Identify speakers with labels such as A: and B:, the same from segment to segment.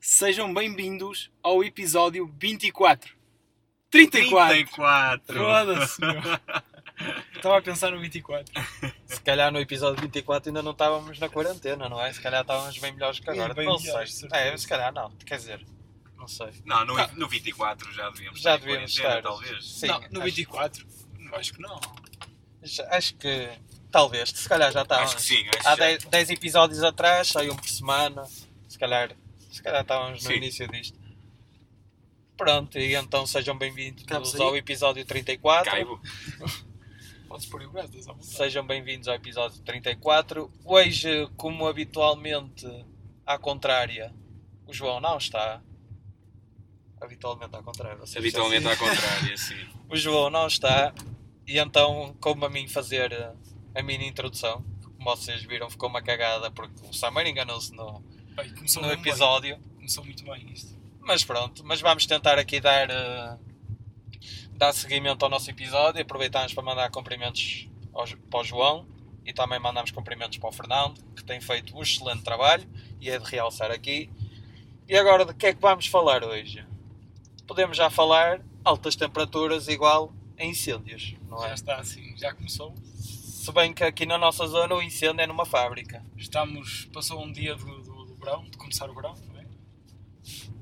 A: Sejam bem-vindos ao episódio 24. 34!
B: 34.
A: Roda-se, meu. Estava a pensar no 24.
C: Se calhar no episódio 24 ainda não estávamos na quarentena, não é? Se calhar estávamos bem melhores que agora.
A: Bem
C: não
A: melhores, de
C: sei.
A: certeza.
C: É, se calhar não. Quer dizer, não sei.
B: Não, no, no 24 já devíamos
C: Já
B: em
C: devíamos
B: quarentena,
C: estar.
B: talvez.
C: Sim,
A: não, no
C: acho-
A: 24? Acho que não.
C: Já- acho que talvez. Se calhar já
B: Acho que
C: estávamos.
B: sim. Acho
C: Há
B: que já.
C: 10, episódios atrás, saiu um por semana. Se calhar, se calhar estávamos no
B: Sim.
C: início disto. Pronto, e então sejam bem-vindos
A: Estamos aí.
C: ao episódio 34.
B: Caibo.
A: Podes pôr o braço, estás à vontade.
C: Sejam bem-vindos ao episódio 34. Hoje, como habitualmente, à contrária, o João não está. Habitualmente à contrária, vocês
B: Habitualmente é à contrária, sim.
C: percebem. O João não está, e então, como a mim fazer eh, a mini introdução, como vocês viram, ficou uma cagada porque o Summer enganou-se no,
A: Bem, começou
C: no
A: muito
C: episódio.
A: Bem. Começou muito bem isto.
C: Mas pronto, mas vamos tentar aqui dar, eh, dar seguimento ao nosso episódio. Aproveitamos para mandar cumprimentos ao, Jo- para o João e também mandamos cumprimentos para o Fernando, que tem feito um excelente trabalho e é de realçar aqui. E agora de que é que vamos falar hoje? Podemos já falar altas temperaturas igual a incêndios, não
A: Já
C: é?
A: está assim, já começou.
C: Se bem que aqui na nossa zona o incêndio é numa fábrica.
A: Estamos, passou um dia do, do, do verão, de começar o verão, não é?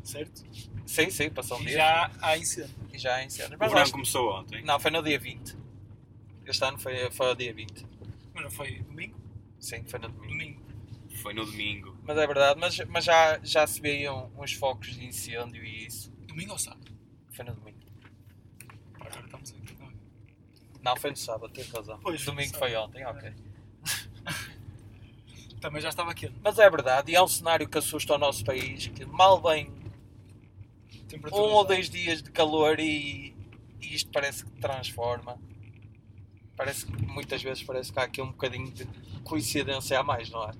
A: Certo?
C: Sim, sim, passou um
A: e
C: dia
A: já há incêndio.
C: e já há incêndios.
B: O
C: Mas
B: verão
C: acho-
B: começou ontem.
C: Não, foi no dia 20. Este ano foi, foi ao dia 20.
A: Mas não foi domingo?
C: Sim, foi no domingo.
A: Domingo.
B: Foi no domingo.
C: Mas é verdade, mas, mas já, já se veiam uns focos de incêndio e isso.
A: Domingo ou sábado?
C: Foi no domingo.
A: Agora estamos aqui. não é?
C: Não, foi no sábado, tens razão.
A: Pois, foi no
C: domingo
A: sábado.
C: foi ontem, ok.
A: Também já estava quente.
C: Mas é verdade, e é um cenário que assusta o nosso país, que mal vem um
A: Temperatura
C: ou dois dias de calor e, e isto parece que transforma. Parece que muitas vezes parece que há aqui um bocadinho de coincidência a mais, não é?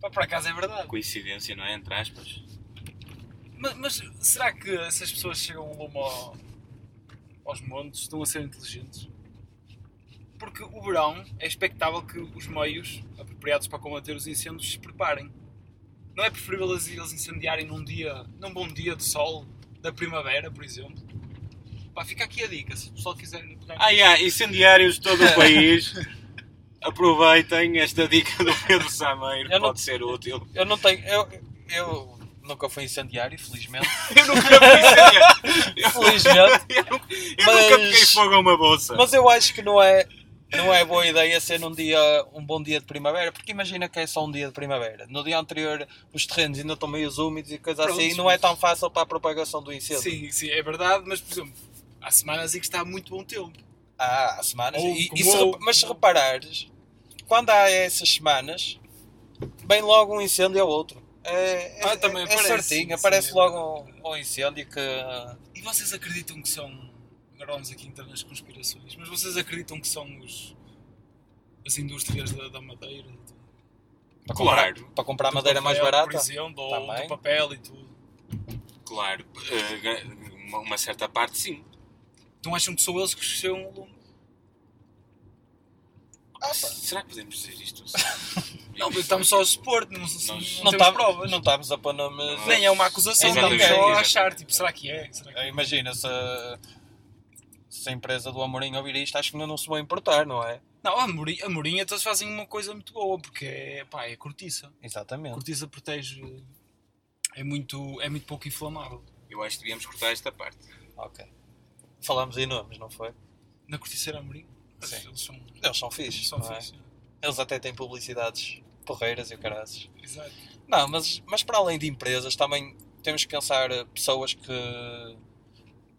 A: Pá, Por acaso é verdade.
B: Coincidência, não é? Entre aspas.
A: Mas, mas será que essas pessoas que chegam lume ao, aos montes estão a ser inteligentes? Porque o verão é expectável que os meios apropriados para combater os incêndios se preparem. Não é preferível eles- eles incendiarem num dia, num bom dia de sol da primavera, por exemplo? Pá, fica aqui a dica, se o pessoal quiser pegar
B: Ah, yeah, incendiários de todo o país. Aproveitem esta dica do Pedro Sameiro,
C: Eu não-
B: pode ser útil.
C: Eu não tenho. Eu, eu nunca fui incendiário, felizmente.
B: Eu nunca fui incendiário.
C: felizmente.
B: Eu, nu- eu
C: Mas-
B: nunca peguei fogo a uma bolsa.
C: Mas eu acho que não é, não é boa ideia ser um dia um bom dia de primavera, porque imagina que é só um dia de primavera. No dia anterior os terrenos ainda estão meio úmidos e coisa
A: Prontos,
C: assim, e não é tão fácil para a propagação do incêndio.
A: Sim, sim, é verdade, mas por exemplo, há semanas em que está muito bom tempo.
C: Ah, há semanas.
A: Ou
C: E- e
A: como
C: se
A: ou-
C: rep- mas se
A: como-
C: reparares, quando há essas semanas, bem logo um incêndio é outro. É, é,
A: Ah, também
C: é
A: aparece. Sim,
C: certinho, aparece
A: é
C: logo um, um incêndio que.
A: E vocês acreditam que são. Agora vamos aqui entrar nas conspirações, mas vocês acreditam que são os. as indústrias da, da madeira? do-
C: Para
B: Claro.
C: comprar, para comprar
A: do
C: madeira mais
A: papel,
C: barata.
A: Então, é, Por exemplo, ou
C: Também.
A: do papel e tudo.
B: Claro, eh, gra- uma, uma certa parte sim.
A: Então acham que são eles que chegam o lume?
C: Ah, pá.
B: Será que podemos dizer isto?
A: Não, mas estamos só a supor, não, não,
B: Nós-
A: não
C: Não,
A: temos
C: tá-
A: provas.
C: não estamos a pôr nomes.
B: Não.
A: Nem é uma acusação,
B: Exatamente,
A: estamos só a
B: exatamente.
A: achar, tipo, será que é? Será que é?
C: Imagina, se, se a empresa do Amorim ouvir isto, acho que ainda não se vão importar, não é?
A: Não, a Morinha, a Morinha eles fazem uma coisa muito boa, porque é, pá, é cortiça. A
C: Exatamente.
A: cortiça protege. É muito, é muito pouco inflamável.
B: Eu acho que devíamos cortar esta parte.
C: Ok. Falámos em nomes, não foi?
A: Na corticeira Morinha,
C: Sim.
A: eles são.
C: Eles são fixos.
A: São
C: não é?
A: fixe.
C: Eles até têm publicidades porreiras e o caraças.
A: Exato.
C: Não, mas, mas para além de empresas, também temos que pensar eh, pessoas que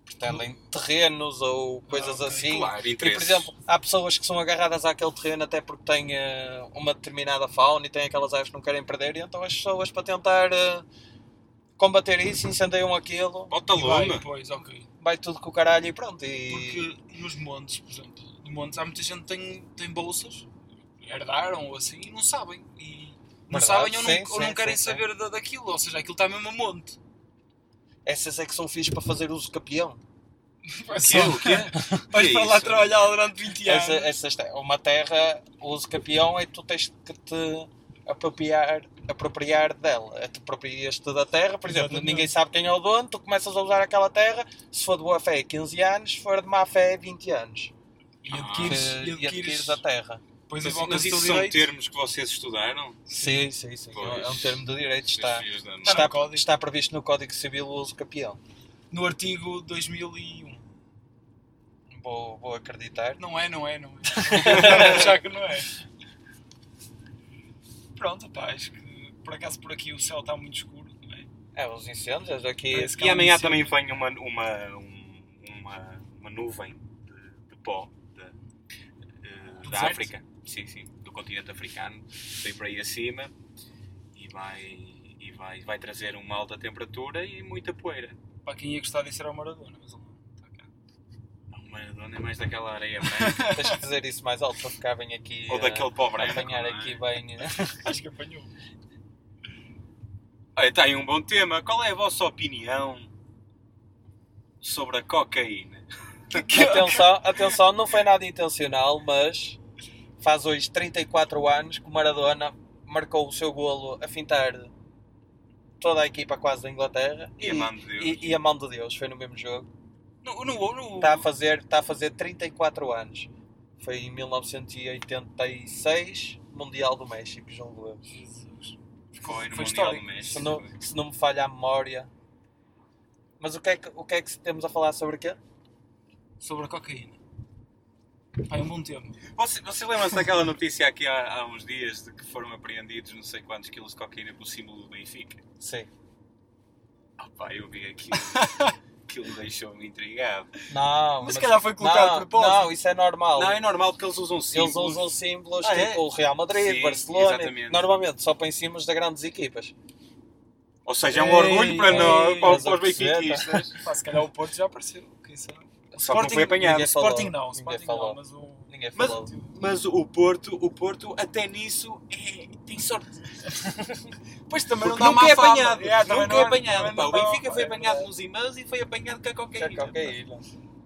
C: pretendem terrenos ou coisas
A: ok.
C: assim.
B: Claro,
C: E, por
B: interesse.
C: exemplo, há pessoas que são agarradas àquele terreno até porque têm eh, uma determinada fauna e têm aquelas aves que não querem perder, e então as pessoas, para tentar eh, combater isso, incendeiam aquilo,
B: Bota
A: E vai,
B: lume.
A: Pois, ok.
C: vai tudo com o caralho e pronto. E...
A: Porque nos montes, por exemplo, no montes há muita gente que tem, tem bolsas, herdaram ou assim, e não sabem. E não
C: Verdade,
A: sabem ou não,
C: sim,
A: ou não
C: sim,
A: querem
C: sim,
A: saber da- daquilo. Ou seja, aquilo está mesmo a monte.
C: Essas é que são fixe para fazer uso capião.
A: Vai
B: Quê? O quê?
A: Vais
B: Que é
A: para lá
B: isso?
C: é-
A: trabalhar durante 20 anos.
C: Essa, essas te- uma terra, o uso capião é que tu tens que te apropriar, apropriar dela. É Te aproprias-te da terra, por exemplo,
D: Exatamente.
C: ninguém sabe quem é o dono, tu começas a usar aquela terra, se for de boa fé 15 anos, se for de má fé 20 anos.
A: E
B: Ah.
C: Que,
A: adquires, e
C: e
A: adquires,
C: adquires a terra.
A: Depois
B: Mas,
A: invocas
B: mas
A: o teu
B: isso são
A: direito.
B: termos que vocês estudaram?
C: Sim, sim, sim.
B: Pois.
C: É um termo de direito, está,
B: Vocês estudaram?
A: Está
C: está,
A: no código.
C: está previsto no Código Civil o uso capião.
A: No artigo 2001.
C: Vou, vou acreditar.
A: Não é, não é, não é. Já que não é. Pronto, pá, acho que por acaso por aqui o céu está muito escuro, não é?
C: É, os incêndios aqui.
A: Parece que
B: E
A: há um
B: amanhã
A: incêndio.
B: também vem uma, uma, um- uma, uma nuvem de, de pó da- eh, da
A: deserto?
B: África, sim, sim, do continente africano, vem para aí acima e vai, e vai, vai trazer uma alta temperatura e muita poeira.
A: Para quem ia gostar disso era o Maradona, mas ele não está cá.
B: O Maradona é mais daquela areia branca
C: Tens que dizer isso mais alto para ficar bem aqui.
B: ou
C: eh,
B: daquele pó
C: para
B: branco.
C: apanhar
B: não é?
C: aqui bem. eh,
A: Acho que apanhou.
B: Olha, está aí um bom tema. Qual é a vossa opinião sobre a cocaína?
C: Atenção, atenção, não foi nada intencional, mas faz hoje 34 anos que o Maradona marcou o seu golo a fintar toda a equipa quase da Inglaterra
B: E, a mão de Deus.
C: e, e a mão de Deus, foi no mesmo jogo.
A: No, no, no,
C: Está Tá a fazer, está a fazer 34 anos. Foi em 1986, Mundial do México, julgo eu.
A: Jesus.
B: Ficou aí no
A: Foi
B: Mundial do
A: histórico.
C: Se
B: México.
C: não, se não me falha a memória. Mas o que é que, o que, é que temos a falar sobre o quê?
A: Sobre a cocaína. Pá, é um bom tema.
B: Você, você lembra-se daquela notícia aqui há, há uns dias de que foram apreendidos não sei quantos quilos de cocaína pelo símbolo do Benfica?
C: Sim.
B: Ah pá, eu vi aquilo. aquilo deixou-me intrigado.
C: Não,
A: Mas se calhar foi colocado
C: não,
A: de propósito.
C: Não, isso é normal.
B: Não, é normal porque eles usam
C: Eles
B: símbolos.
C: usam símbolos
B: Ah, é?
C: tipo o Real Madrid,
B: Sim,
C: Barcelona.
B: exatamente.
C: Normalmente só põem símbolos de grandes equipas.
B: Ou seja, é um
A: Ei,
B: orgulho para
A: ei,
B: nós, para,
C: mas
B: para os
C: a peseta.
B: benfiquistas.
A: Pá, se calhar o Porto já apareceu, quem sabe. O
B: Só que não foi
A: o
B: apanhado.
C: Ninguém falou,
A: Sporting não, o
C: ninguém
A: Sporting
C: falou.
A: não, mas o...
C: Ninguém
B: Mas-
C: falou.
B: Mas o Porto, o Porto até nisso, é- tem sorte.
A: Pois também
B: Porque
A: não dá
B: nunca é
A: má fama.
B: apanhado.
A: Yeah, também
B: nunca
A: não-
B: é apanhado.
A: também
B: Pá,
A: não
B: o
A: dá má
B: Benfica
A: fama.
B: foi apanhado nos imãs e foi apanhado é com a
C: Já é
B: cocaína.
C: cocaína.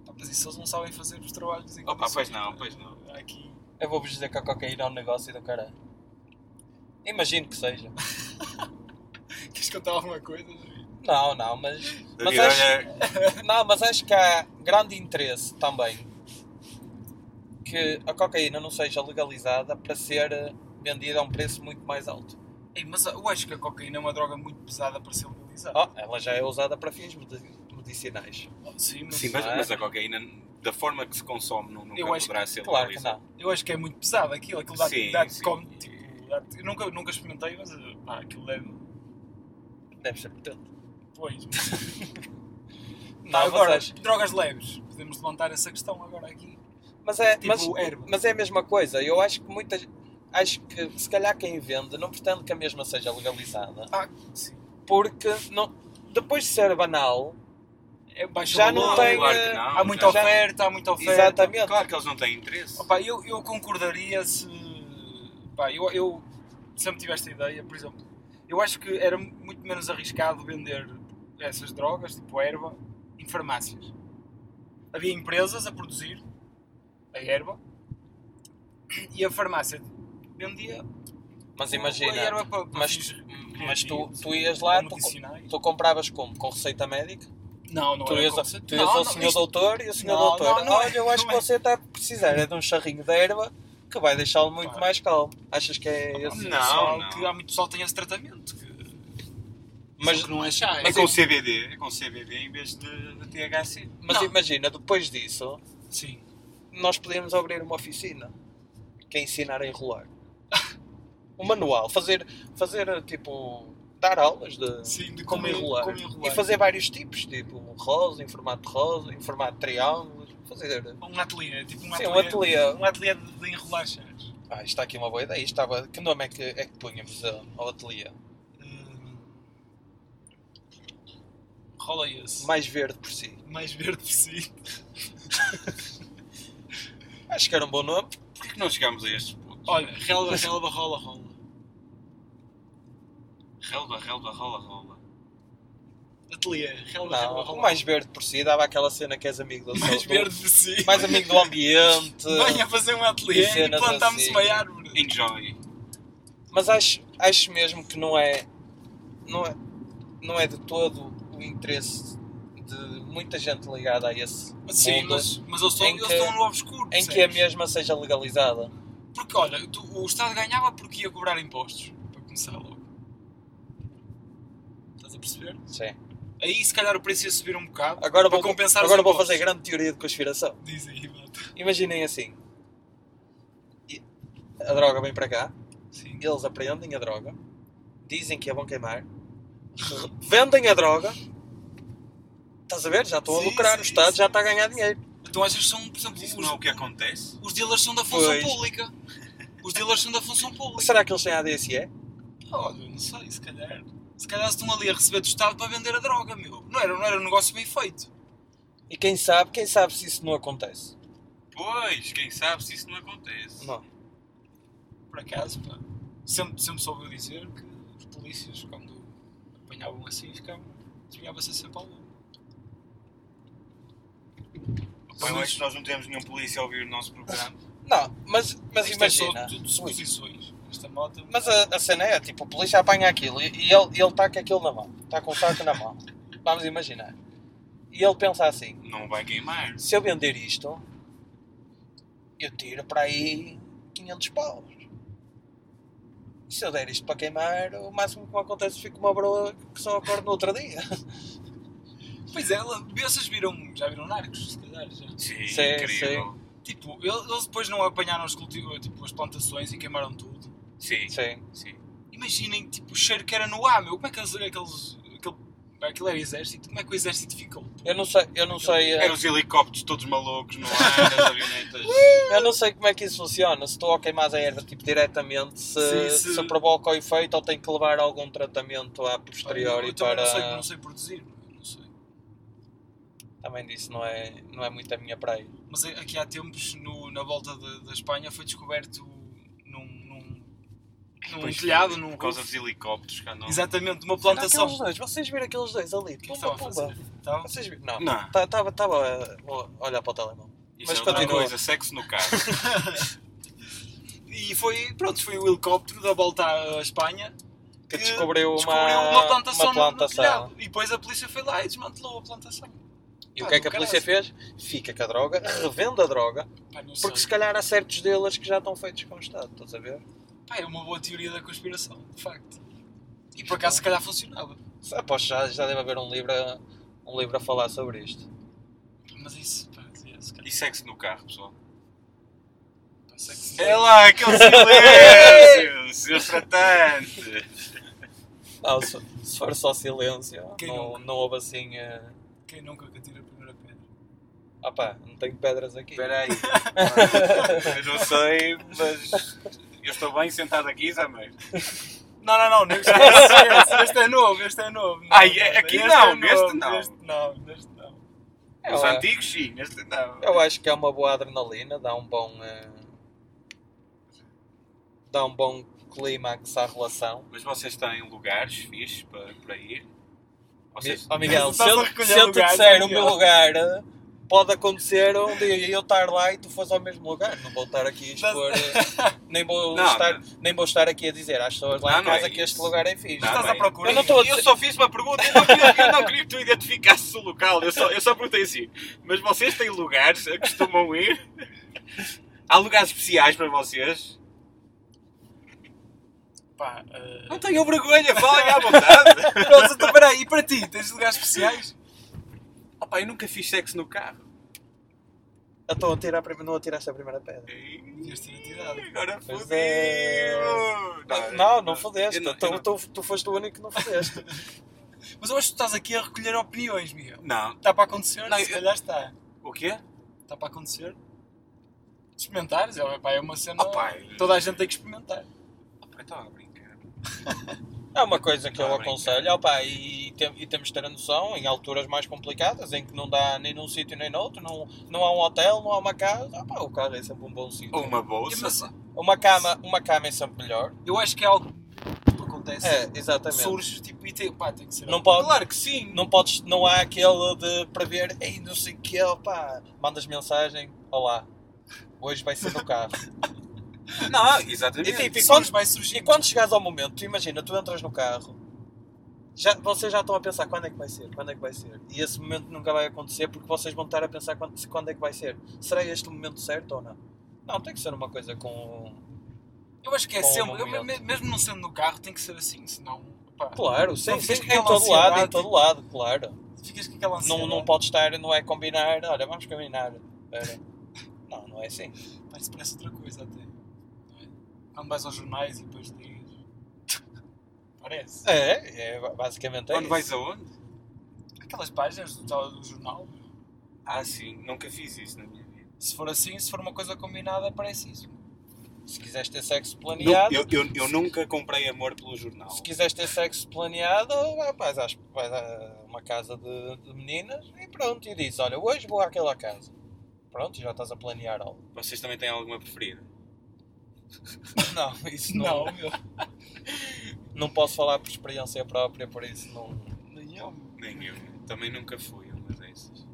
A: Pá, Mas isso eles não sabem fazer os trabalhos em
B: Opa,
A: condições.
B: pois não, pois não.
A: Aqui.
C: Eu vou-vos dizer que a cocaína é um negócio do caralho. Imagino que seja.
A: Queres contar alguma coisa?
C: Não, não, mas. Mas
B: David,
C: acho-
B: olha,
C: Não, mas acho que há grande interesse também que a cocaína não seja legalizada para ser eh, vendida a um preço muito mais alto.
A: Ei, mas eu acho que a cocaína é uma droga muito pesada para ser legalizada.
C: Oh, ela já é usada para fins medi- medicinais.
A: Oh, Sim, mas,
B: Sim, mas,
C: Ah,
B: mas a cocaína, da forma que se consome, nu- nunca
A: Eu acho
B: poderá ser
C: Claro que
B: legalizada.
C: não.
A: eu acho que é muito pesado aquilo. Aquilo dá-te
B: Sim,
A: dá
B: sim.
A: como, tipo, dá-te- eu nunca, nunca experimentei, mas pá, aquilo é deve...
C: Deve ser potente.
A: Pois.
C: Não,
A: Pá,
C: mas
A: agora,
C: acho-
A: drogas leves. Podemos levantar essa questão agora aqui.
C: Mas é,
A: Tipo
C: mas,
A: erva.
C: mas é a mesma coisa. Eu acho que muitas. Acho que se calhar quem vende não pretende que a mesma seja legalizada.
A: Ah, sim.
C: Porque não, depois de ser banal,
A: É baixo
C: Já
A: valor.
C: não tem,
B: claro
C: eh,
B: que não,
A: Há muita
B: já-
A: oferta, há muita oferta.
C: exatamente.
B: Claro que eles não têm interesse.
A: Opa, eu, eu concordaria se. Pá, eu, eu sempre tive esta ideia, por exemplo. Eu acho que era muito menos arriscado vender essas drogas, tipo erva, em farmácias. Havia empresas a produzir a erva e a farmácia vendia
C: Mas
A: a
C: imagina,
A: erva para, para
C: mas,
A: fins
C: mas tu,
A: recreativos,
C: tu ias lá, tu,
A: medicinais.
C: tu compravas como? Com receita médica?
A: Não, não
C: Tu
A: era
C: ias,
A: como
C: ao-
A: se-
C: tu ias
A: Não,
C: ao
A: não,
C: senhor
A: isto-
C: doutor e o senhor
A: Não,
C: doutor,
A: não, não é,
C: olha, eu acho
A: não
C: que
A: é."
C: você está a precisar é de um charrinho de erva que vai deixá-lo muito
A: Claro. Ah,
C: mais calmo. Achas que é
A: Opa,
C: esse?
A: muito
B: Não,
A: pessoal
B: não.
A: Que há muito pessoal que tem esse tratamento. Que,
C: Mas,
A: só que não é chá.
B: É com CBD, é com CBD em vez de, de THC.
C: mas
A: Não.
C: imagina, depois disso,
A: Sim.
C: nós podíamos abrir uma oficina que é ensinar a enrolar. Um manual, fazer, fazer tipo, dar aulas de,
A: Sim, de
C: como enrolar.
A: como enrolar.
C: E fazer vários tipos, tipo rosa, em formato de rosa, em formato de triângulo. Fazer.
A: Um ateliê, tipo um
C: Sim,
A: ateliê.
C: um ateliê.
A: Um ateliê de, de enrolar chás.
C: Ah, está aqui uma boa ideia. Estava... Que nome é que, é que punhamos ah, ao ateliê?
A: Hum, rola esse.
C: Mais verde por si.
A: Mais verde possível.
C: Acho que era um bom nome.
B: Porquê que não chegamos a estes pontos?
A: Olha, relva, relva, rola, rola.
B: Relva, relva, rola, rola.
A: Ateliê. Relva, relva,
C: Não, o
A: rola.
C: mais verde por si dava aquela cena que és amigo do
A: mais
C: do-
A: verde possível.
C: mais amigo do ambiente.
A: Venha fazer um ateliê
C: E
A: e
C: cenas
A: plantarmos
C: assim.
A: uma árvore.
B: Enjoy.
C: Mas acho, acho mesmo que não é, não é, não é de todo o interesse de muita gente ligada a esse
A: Sim,
C: mundo
A: mas, mas eles, estão,
C: em
A: eles
C: que-
A: estão no obscuro.
C: em que a
A: um percebes?
C: mesma seja legalizada.
A: Porque olha, tu- o Estado ganhava porque ia cobrar impostos. Para começar logo. Estás a perceber?
C: Sim.
A: Aí se calhar o preço ia subir um bocado.
C: Agora
A: para
C: vou,
A: compensar os
C: agora vou
A: impostos.
C: fazer grande teoria de conspiração.
A: Diz aí, malta.
C: Imaginem assim: e- a droga vem para cá,
A: Sim.
C: eles apreendem a droga, dizem que a vão queimar, vendem a droga. Estás a ver? Já estão a
A: Sim,
C: lucrar,
A: sim,
C: o Estado
A: sim.
C: já está a ganhar dinheiro.
A: Então achas que são, por exemplo,
B: Isso
A: os,
B: não é o que acontece?
A: os dealers são da função
C: Pois.
A: pública. Os dealers são da função pública.
C: Será que eles têm ADSE?
A: Olha, não sei, se calhar. Se calhar estão ali a receber do Estado para vender a droga, meu. Não era, não era um negócio bem feito.
C: E quem sabe, quem sabe se isso não acontece?
B: Pois, quem sabe se isso não acontece.
C: Não.
A: Por acaso, pá. Sempre, sempre soube eu dizer que os polícias, quando apanhavam assim, ficavam. Desviava-se sempre ao lado.
B: Pai, eu acho que nós não temos nenhum polícia a ouvir o nosso programa.
C: Não, mas, mas
A: Isto
C: imagina.
A: É só tudo suposições. Esta moto.
C: Mas a, a cena é, tipo, o polícia apanha aquilo e, e ele, ele tá com aquilo na mão. Está com o saco na mão. Vamos imaginar. E ele pensa assim,
B: Não vai queimar.
C: se eu vender isto, eu tiro para aí 500 paus. E se eu der isto para queimar, o máximo que me acontece é que fico uma broa que só acordo no outro dia.
A: Pois é, ela- vocês viram. Já viram narcos, se calhar já.
B: Sim,
C: Sim,
B: incrível.
A: Tipo, ele- eles depois não apanharam os cultivos, tipo, as plantações e queimaram tudo.
B: Sim, sim.
C: Sim.
A: Imaginem tipo, o cheiro que era no ar, meu. Como é que eles, aqueles. Aquele, aquilo era exército? Como é que o exército ficou?
C: Eu não sei, eu não sei, eh,
B: Eram os helicópteros todos malucos no ar, as avionetas.
C: eu não sei como é que isso funciona. Se estou a queimar a erva, tipo, diretamente, se,
A: Sim, se-
C: se provoca o efeito ou tem que levar algum tratamento a
A: eu,
C: posteriori
A: eu também
C: para...
A: não, sei, não sei produzir, não sei.
C: Também disse, não é, não é muito a minha praia.
A: Mas a- aqui há tempos, no- na volta de- da Espanha, foi descoberto num, num, num
C: Um
B: Pois,
A: telhado, num
B: Por causa
A: roof,
B: dos helicópteros que andam.
A: Exatamente, uma plantação.
C: Aqueles dois, vocês viram aqueles dois ali?
A: O que é que estava a fazer? Estava-
C: Vocês viram? Não,
B: Não.
C: estava a é, olhar para o telemóvel.
B: Isso
C: Mas
B: é outra
C: continua.
B: coisa, sexo no carro.
A: E foi, pronto, foi o helicóptero da volta à Espanha
C: Que descobriu uma,
A: descobriu uma plantação,
C: uma
A: no- no
C: plantação.
A: telhado. E depois a polícia foi lá e desmantelou a plantação.
C: E
A: Ah,
C: o que é
A: do
C: que a polícia
A: caralho.
C: fez? Fica com a droga, revende a droga,
A: Pá, não
C: porque se
A: sei.
C: calhar há certos deles que já estão feitos com o Estado, estás a ver?
A: Pá, é uma boa teoria da conspiração, de facto. E por acaso, se calhar, funcionava.
C: Aposto já, já deve haver um livro, a, um livro a falar sobre isto.
A: Mas isso, pá, é, se calhar,
B: E sexo no carro, pessoal.
A: pá, sei que se-
B: É lá, aquele silêncio! Seu tratante!
C: Não, Ah, se, se for só silêncio,
A: Quem
C: não,
A: nunca?
C: não houve assim. eh,
A: Quem nunca que atira a primeira pedra?
C: Ah pá, não tenho pedras aqui.
B: Espera aí. Eu não sei, mas. Eu estou bem sentado aqui, Zé Meiro.
A: Não, não, não, neste, este, este é novo, este é novo. Não,
B: Ai, é- aqui não,
A: novo,
B: neste não.
A: Neste não, neste não.
C: É
B: Os
C: lá.
B: antigos, sim, este não.
C: Eu acho que é uma boa adrenalina, dá um bom. eh, dá um bom clímax à relação.
B: Mas vocês têm lugares fixes para, para ir? Vocês...
C: Ó Miguel, se
A: Estás
C: eu,
A: a recolher
C: se eu te
A: lugares,
C: disser o
A: Miguel.
C: meu lugar, eh, pode acontecer um dia eu estar lá e tu fores ao mesmo lugar. Não vou estar aqui a expor. eh, nem, vou
B: Não,
C: estar,
B: não.
C: nem vou estar aqui a dizer às pessoas lá
B: Não,
C: em
B: não é
C: casa que este
B: isso.
C: lugar é fixe.
B: Não,
A: Estás à
B: bem.
A: procura?
C: Eu não estou a
B: Eu
C: dizer-
B: só fiz uma pergunta, eu não queria, eu não queria que tu identificasses o local, eu só, eu só perguntei assim, mas vocês têm lugares a que costumam ir? Há lugares especiais para vocês?
A: Pá, eh,
B: Não tenham vergonha, falem à vontade.
A: Pronto, então peraí, e para ti, tens lugares especiais?
B: Opa, eu nunca fiz sexo no carro.
C: Eu estou a tirar, a primeira- não atiraste a primeira pedra.
A: Devias ter atirado.
B: Agora
C: Pois
B: fodeu.
C: é. Não, não fodeste. então
B: Eu não- eu
C: Tu,
B: não-
C: tu, tu foste o único que não fodeste.
A: Mas eu acho que tu estás aqui a recolher opiniões, Miguel.
B: Não.
A: Está para acontecer?
B: Não,
A: se
B: eu-
A: calhar está.
B: O quê?
A: Está para acontecer? Experimentares, é, pá, é uma cena.
B: Oh, pá, eu-
A: Toda a gente tem que experimentar.
B: Eu estava a brincar.
C: Há É uma coisa que eu
B: Ah,
A: é
B: bem.
C: aconselho, opa, e, tem- e temos de ter a noção, em alturas mais complicadas, em que não dá nem num sítio nem noutro, não, não há um hotel, não há uma casa, opa, o carro é sempre um bom sítio.
B: Ou uma
A: E,
B: bolsa.
A: mas
C: Uma cama, uma cama é sempre melhor.
A: eu acho que é algo que acontece.
C: É, exatamente.
A: Surge tipo e tem, pá, tem que ser.
C: Não pode-
A: Claro que sim.
C: Não, podes, não há aquele de prever, ei, não sei o que, opa, mandas mensagem, olá, hoje vai ser no carro.
B: Não,
C: E,
B: exatamente.
C: tipo, e,
A: Só nos
C: quando,
A: vai
C: e
A: surgir.
C: quando chegares ao momento, tu imagina, tu entras no carro, já, vocês já estão a pensar quando é que vai ser, quando é que vai ser. E esse momento nunca vai acontecer porque vocês vão estar a pensar quando, quando é que vai ser. Será este o momento certo ou não? Não, tem que ser uma coisa com.
A: Eu acho que é
C: Bom
A: sempre, eu me-
C: momento.
A: mesmo não sendo no carro, tem que ser assim, senão pá,
C: Claro,
A: Não
C: sim,
A: fiz com
C: sim, em
A: aquela
C: todo lado, em
A: ansiedade.
C: todo lado, claro.
A: ficas com aquela
C: Não,
A: ansiedade.
C: não pode estar, não é combinar, olha, vamos combinar. Era. Não, não é assim.
A: Parece, parece outra coisa até. não é? Quando vais aos jornais e depois ligas. Parece.
C: É, é basicamente é
B: Onde
C: isso.
B: vais aonde?
A: Aquelas páginas do, tal- do jornal.
B: Ah, sim, nunca fiz isso na minha vida.
A: Se for assim, se for uma coisa combinada, parece isso.
C: Se quiseres ter sexo
B: Nu-
C: planeado,
B: Eu, eu, eu nunca comprei amor pelo jornal.
C: se quiseres ter sexo planeado, vá- vais às- vais a uma casa de, de meninas e pronto, e dizes, olha, hoje vou àquela casa. Pronto, e já estás a planear algo.
B: Vocês também têm alguma preferida?
C: Não, isso não. Não,
A: meu.
C: posso falar por experiência própria, por isso não.
A: Nem eu. meu.
B: Nem eu. Também nunca fui uma dessas.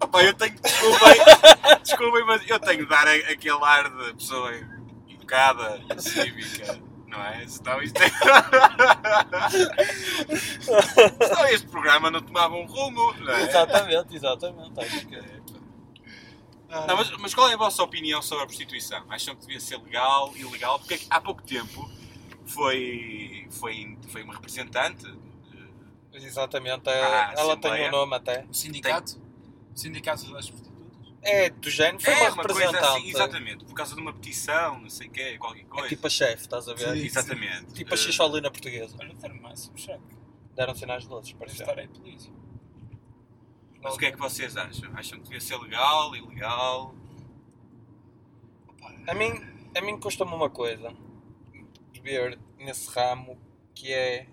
B: Opa, eu tenho. Desculpem, desculpem, mas eu tenho de dar a- aquele ar de pessoa educada, cívica, não é? Senão isto é. Senão este programa não tomava um rumo, não é?
C: Exatamente, exatamente. Acho que Ah.
B: Não, mas, mas qual é a vossa opinião sobre a prostituição? Acham que devia ser legal, ilegal? Porque é que há pouco tempo foi, foi, foi uma representante. eh,
C: Exatamente, é,
B: Ah,
C: ela tem
B: Assembleia.
C: um nome até.
A: O sindicato? O sindicato das prostitutas?
C: É, do género, foi
B: é
C: uma representante.
B: exatamente, por causa de uma petição, não sei o quê, qualquer coisa.
C: é tipo a chefe, estás a ver?
A: Sim.
B: Exatamente.
C: Tipo a
B: Eh,
C: xixolina portuguesa.
A: Olha, não quero mais, o cheque.
C: Deram sinais de luzes,
A: Para
C: parecia.
A: estar aí, polícia.
B: Mas o que é que vocês acham? Acham que devia ser legal, ilegal?
C: A mim, a mim custa-me uma coisa ver nesse ramo que é.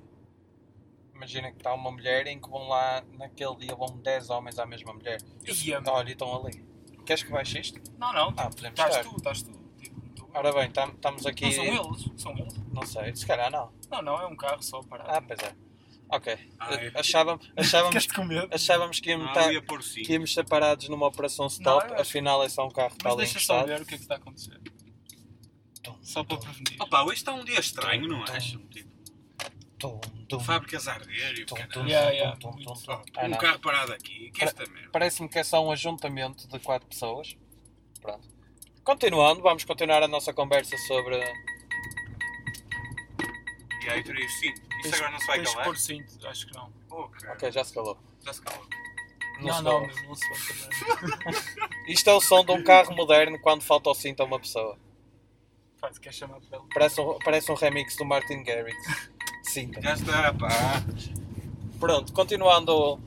C: Imagina que está uma mulher em que vão lá, naquele dia vão 10 homens à mesma mulher. Então,
A: Ia, meu.
C: Olha, e estão ali. Queres que baixe isto?
A: Não, não.
C: Ah, podemos
A: Estás
C: estar.
A: tu, estás tu. Tipo, não estou eu.
C: Ora bem, tam- estamos aqui.
A: Não são eles, são eles.
C: Não sei, se calhar não.
A: Não, não, é um carro só parado.
C: Ah, pois é. Ok.
B: Ah, é.
C: Achávamos, achávamos,
A: Ficaste com medo?
C: achávamos que íamos
B: Ah,
C: estar-
B: eu ia por si.
C: tá que íamos separados numa operação stop,
A: Não, eu acho-
C: afinal é só um carro que está
A: Mas
C: ali
A: deixa só
C: encostado.
A: ver o que é que está a acontecer.
C: Tum,
A: Só para prevenir.
B: Opa, hoje está um dia estranho, não acham? Tipo,
C: tum, tum,
B: fábricas a arder e o
C: tum,
B: caralho.
C: tum,
A: né? Yeah,
C: tum,
A: yeah,
C: tum,
A: muito
C: tum,
A: só.
C: tum. Ah,
B: Um
C: não.
B: carro parado aqui. Que esta merda?
C: Parece-me que é só um ajuntamento de quatro pessoas. Pronto. Continuando, vamos continuar a nossa conversa sobre.
B: E aí, tirei o cinto. Isto
A: Tens-
B: agora não se vai é?
A: tens que
B: calar?
A: pôr cinto, acho que não.
B: Oh, cara,
C: Ok, já se calou.
B: Já se calou.
C: Não
A: não,
C: se
A: não,
C: calou.
A: mas não se pode também.
C: Isto é o som de um carro moderno quando falta o cinto a uma pessoa.
A: Faz, é quer chamar para ele.
C: Parece um, parece um remix do Martin Garrix. Cinta.
B: Já está, pá.
C: Pronto, continuando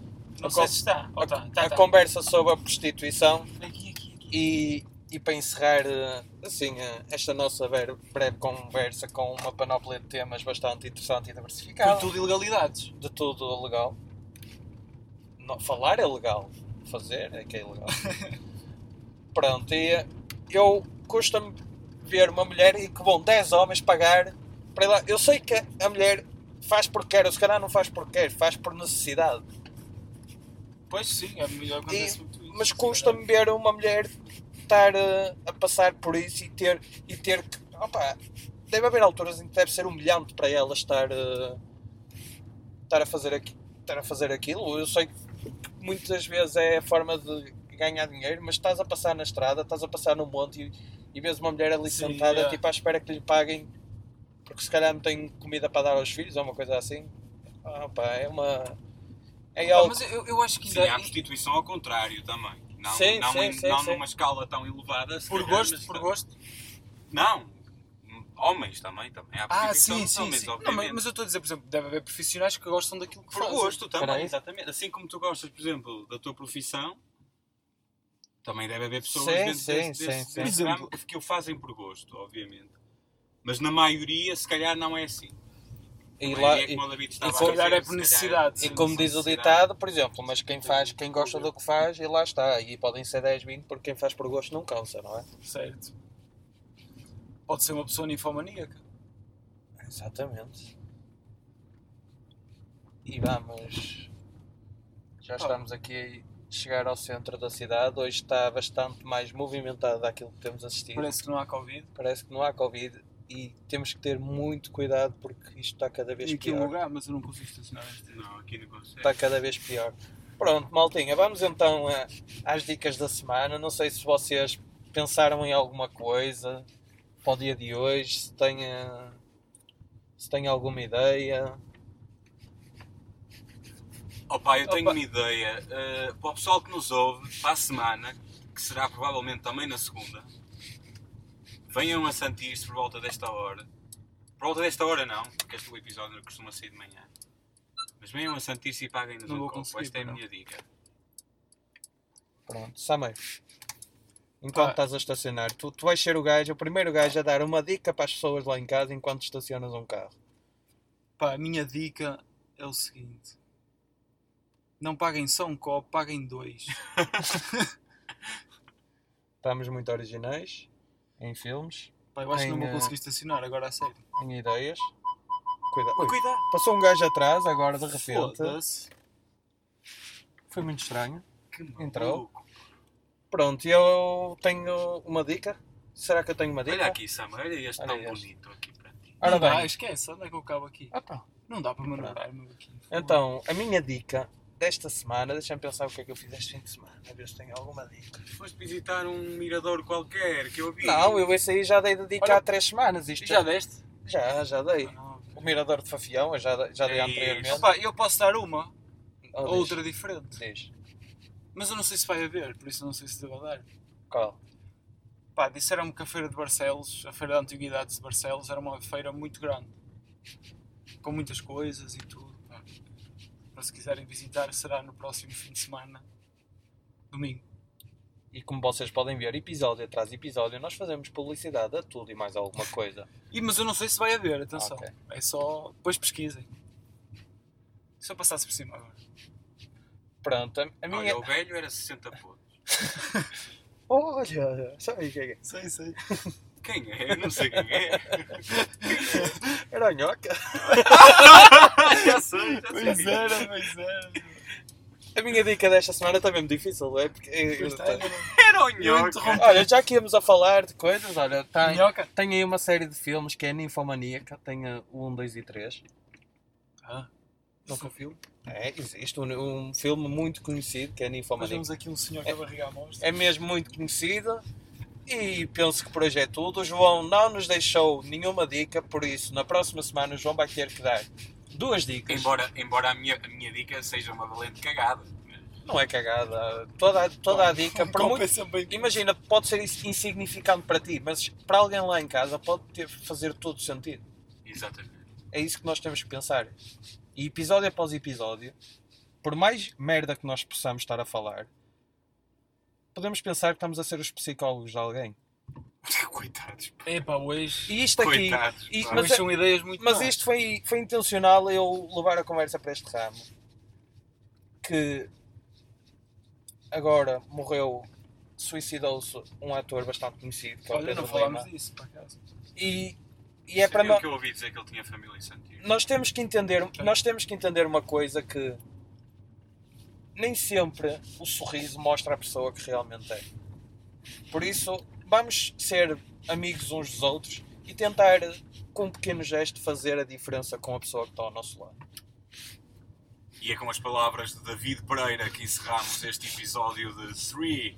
A: Não
C: a,
A: sei
C: con-
A: se está. Oh, tá, tá,
C: a
A: tá.
C: conversa sobre a prostituição
A: Aqui, aqui, aqui.
C: e, e para encerrar eh, assim, eh, esta nossa ver- breve conversa com uma panóplia de temas bastante interessante e diversificada.
A: Tudo ilegalidades.
C: de tudo legal. Não- falar é legal, fazer é que é ilegal. Pronto, e eu custa-me ver uma mulher e que vão 10 homens pagar para ir lá. Eu sei que a mulher faz porque quer, ou se calhar não faz porque quer, faz por necessidade.
A: Pois sim, é melhor quando
C: E-
A: é muito isso.
C: Mas custa-me ver uma mulher estar eh, a passar por isso e ter, e ter que. Opa, deve haver alturas em que deve ser humilhante para ela estar, eh, estar, a, fazer aqui, estar a fazer aquilo. Eu sei que muitas vezes é a forma de ganhar dinheiro, mas estás a passar na estrada, estás a passar no monte e, e vês uma mulher ali
A: Sim, é.
C: sentada
A: yeah.
C: tipo, à espera que lhe paguem porque se calhar não tem comida para dar aos filhos ou uma coisa assim. Opa, é uma. É
A: Ah,
C: algo
A: mas eu, eu acho que
B: Sim, há
A: ainda.
B: prostituição ao contrário também. Não,
C: Sim,
B: não,
C: sim,
B: em-
C: sim,
B: não
C: sim.
B: numa escala tão elevada. se
A: por
B: calhar,
A: gosto,
B: mas- é
A: por gosto.
B: Não. Homens também, também. Há
A: Ah,
B: prostituição
A: sim,
B: de
A: sim.
B: homens,
A: sim. Não,
B: obviamente.
A: mas, mas eu estou a dizer, por exemplo, deve haver profissionais que gostam daquilo que
B: Por
A: fazem.
B: gosto também,
C: Peraí.
B: exatamente. Assim como tu gostas, por exemplo, da tua profissão, também deve haver pessoas
C: Sim,
B: dentro
C: sim,
B: desse,
C: sim,
B: desse,
C: sim.
B: desse
A: Por
B: ramo que o fazem por gosto, obviamente. Mas na maioria, se calhar, não é assim.
C: E,
A: é
B: Na
C: lá,
B: maioria, é
C: e-
B: como o David estava
A: E
B: a
A: se calhar
B: dizer,
A: é por
B: se calhar-
A: necessidade.
C: E
A: sim.
C: como diz o ditado, por exemplo, mas quem faz, quem gosta do que faz, e lá está. E podem ser 10, 20, porque quem faz por gosto não cansa, não é?
A: Certo. Pode ser uma pessoa ninfomaníaca.
C: Exatamente. E vamos.
A: Oh.
C: Já estamos aqui a chegar ao centro da cidade. Hoje está bastante mais movimentado daquilo que temos assistido. Parece,
A: Parece que não há Covid.
C: que não há Covid e temos que ter muito cuidado porque isto está cada vez
A: Tem aqui um
C: pior.
A: lugar, mas eu não consigo estacionar. este- tipo.
B: Não, aqui não consegue.
C: Está cada vez pior. Pronto, maltinha, vamos então eh, às dicas da semana. Não sei se vocês pensaram em alguma coisa para o dia de hoje, se têm, eh, se têm alguma ideia.
B: Opa, eu tenho
A: Opa.
B: uma ideia. Uh, para o pessoal que nos ouve, para a semana, que será provavelmente também na segunda, venham a Santis por volta desta hora. Por volta desta hora não, porque este é episódio costuma sair de manhã. Mas venham a Santis e paguem-nos
A: Não
B: um
A: vou
B: copo.
A: conseguir,
B: Esta é a
A: não.
B: minha dica.
C: Pronto, Samir. Enquanto
A: Ah.
C: estás a estacionar, tu, tu vais ser o gajo, o primeiro gajo a dar uma dica para as pessoas lá em casa enquanto estacionas um carro.
A: Pá, a minha dica é o seguinte: não paguem só um copo, paguem dois.
C: Estamos muito originais em filmes,
A: Pá, eu acho que não vou
C: Tenho-
A: conseguir estacionar agora a sério.
C: em ideias. Cuidado. Ui,
B: Cuidado!
C: Passou um gajo atrás agora de repente.
A: Foda-se.
C: Foi muito estranho.
B: Que maluco.
C: Entrou. Pronto, eu tenho uma dica. Será que eu tenho uma dica?
B: Olha aqui, Sam, olha este
C: Olha
B: tão
C: este.
B: bonito aqui para ti.
C: Ora
A: não dá,
C: bem.
A: esquece, onde é que eu cabo aqui?
C: Ah, pá.
A: Não dá para manobrar meu aqui.
C: Então, a minha dica desta semana, deixa-me pensar o que é que eu fiz este fim de semana, a ver se tenho alguma dica.
B: Foste visitar um mirador qualquer que eu vi.
C: Não, eu esse aí já dei de dica
A: Olha-
C: há três semanas. Isto
A: E já deste?
C: Já, já dei.
A: Ah,
C: O Mirador de Fafião, eu já, dei- já dei
B: É
C: anteriormente.
B: isso.
A: Pá, eu posso dar uma,
C: Oh, diz,
A: outra diferente.
C: Diz.
A: Mas eu não sei se vai haver, por isso eu não sei se devo dar.
C: Qual?
A: Pá, disseram-me que a Feira de Barcelos, a Feira de Antiguidades de Barcelos, era uma feira muito grande. Com muitas coisas e tudo. pá. Para se quiserem visitar, será no próximo fim de semana. Domingo.
C: E como vocês podem ver, episódio atrás de episódio, nós fazemos publicidade a tudo e mais alguma coisa.
A: E, mas eu não sei se vai haver, atenção.
C: Ok.
A: É só. Depois pesquisem. Só passasse por cima agora.
C: Pronto, a, a minha.
B: Olha, o velho era 60 pontos.
C: Olha, sabe o que é que
A: Sei, sei.
B: Quem é? Eu não sei quem é.
C: é? Era a nhoca.
B: já sei, já sei.
A: Pois era, pois era.
C: A minha dica desta semana também é muito difícil, é porque.
A: Pois era.
B: Era o
A: Eu
B: nhoque.
A: interrompo.
C: Olha, já que íamos a falar de coisas, olha, tem,
A: Minhoca?
C: tem aí uma série de filmes que é Ninfomaníaca, tem uh, o 1, 2 e 3.
A: Ah, nunca viu?
C: É, existe um, um filme muito conhecido que é
A: Mas
C: Ninfomaníaca.
A: vemos aqui um senhor com a barriga à mostra.
C: é mesmo muito conhecida e penso que por hoje é tudo. O João não nos deixou nenhuma dica, por isso na próxima semana o João vai ter que dar duas dicas.
B: Embora, embora a, minha, a minha dica seja uma valente cagada.
C: Não é cagada. Toda, a- toda a dica, por muito-
A: Compensa bem que-
C: imagina, pode ser isso insignificante para ti, mas para alguém lá em casa pode ter, fazer todo sentido.
B: Exatamente.
C: É isso que nós temos que pensar. E episódio após episódio, por mais merda que nós possamos estar a falar, podemos pensar que estamos a ser os psicólogos de alguém.
B: Coitados. pá.
A: É pá, hoje.
C: E isto aqui.
B: Coitados,
C: e-
B: pá.
A: Hoje
C: mas é-
A: são ideias muito
C: Mas
A: más.
C: isto foi, foi intencional eu levar a conversa para este ramo. Que agora morreu, suicidou-se um ator bastante conhecido, que é o
A: Olha, não
C: Pedro
A: falámos
C: Lima.
A: disso, por acaso.
C: E, e é
B: Sabiam
C: para nós.
B: que eu ouvi dizer que ele tinha família em Santiago.
C: Nós temos que entender, nós temos que entender uma coisa que nem sempre o sorriso mostra a pessoa que realmente é. Por isso, vamos ser amigos uns dos outros e tentar com um pequeno gesto fazer a diferença com a pessoa que está ao nosso lado.
B: E é com as palavras de David Pereira que encerramos este episódio de 3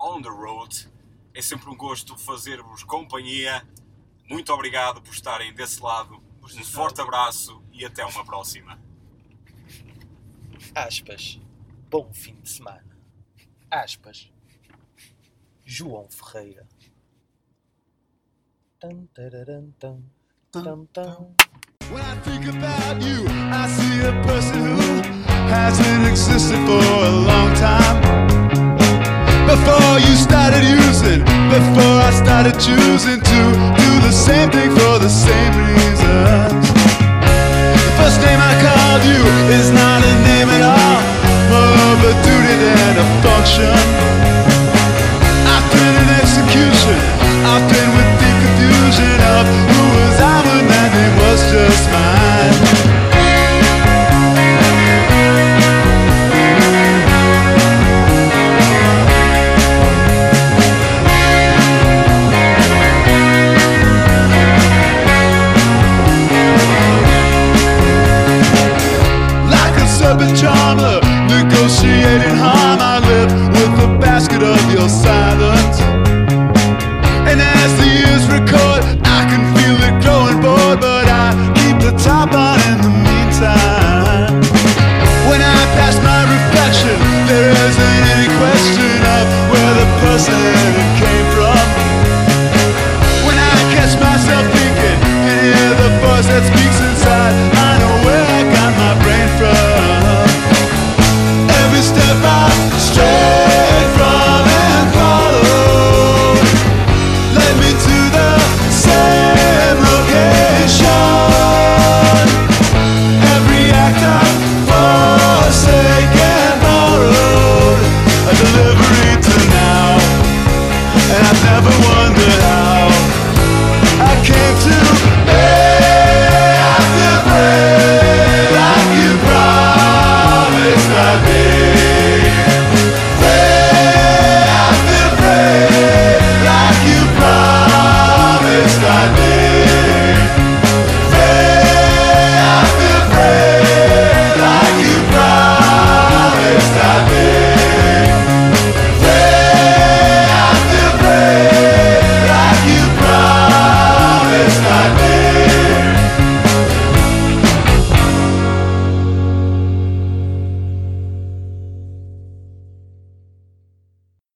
B: on the Road. É sempre um gosto fazer-vos companhia. Muito obrigado por estarem desse lado. Um forte abraço e até uma próxima.
C: Aspas. Bom fim de semana. Aspas. João Ferreira. Tan, tararam, tan, tan, tan.
D: When I think about you, I see a person who hasn't existed for a long time. Before you started using, before I started choosing to do the same thing for the same reasons. The first name I called you is not a name at all, more of a duty than a function. I've been in execution. I've been with the confusion of who was I when that name was just mine.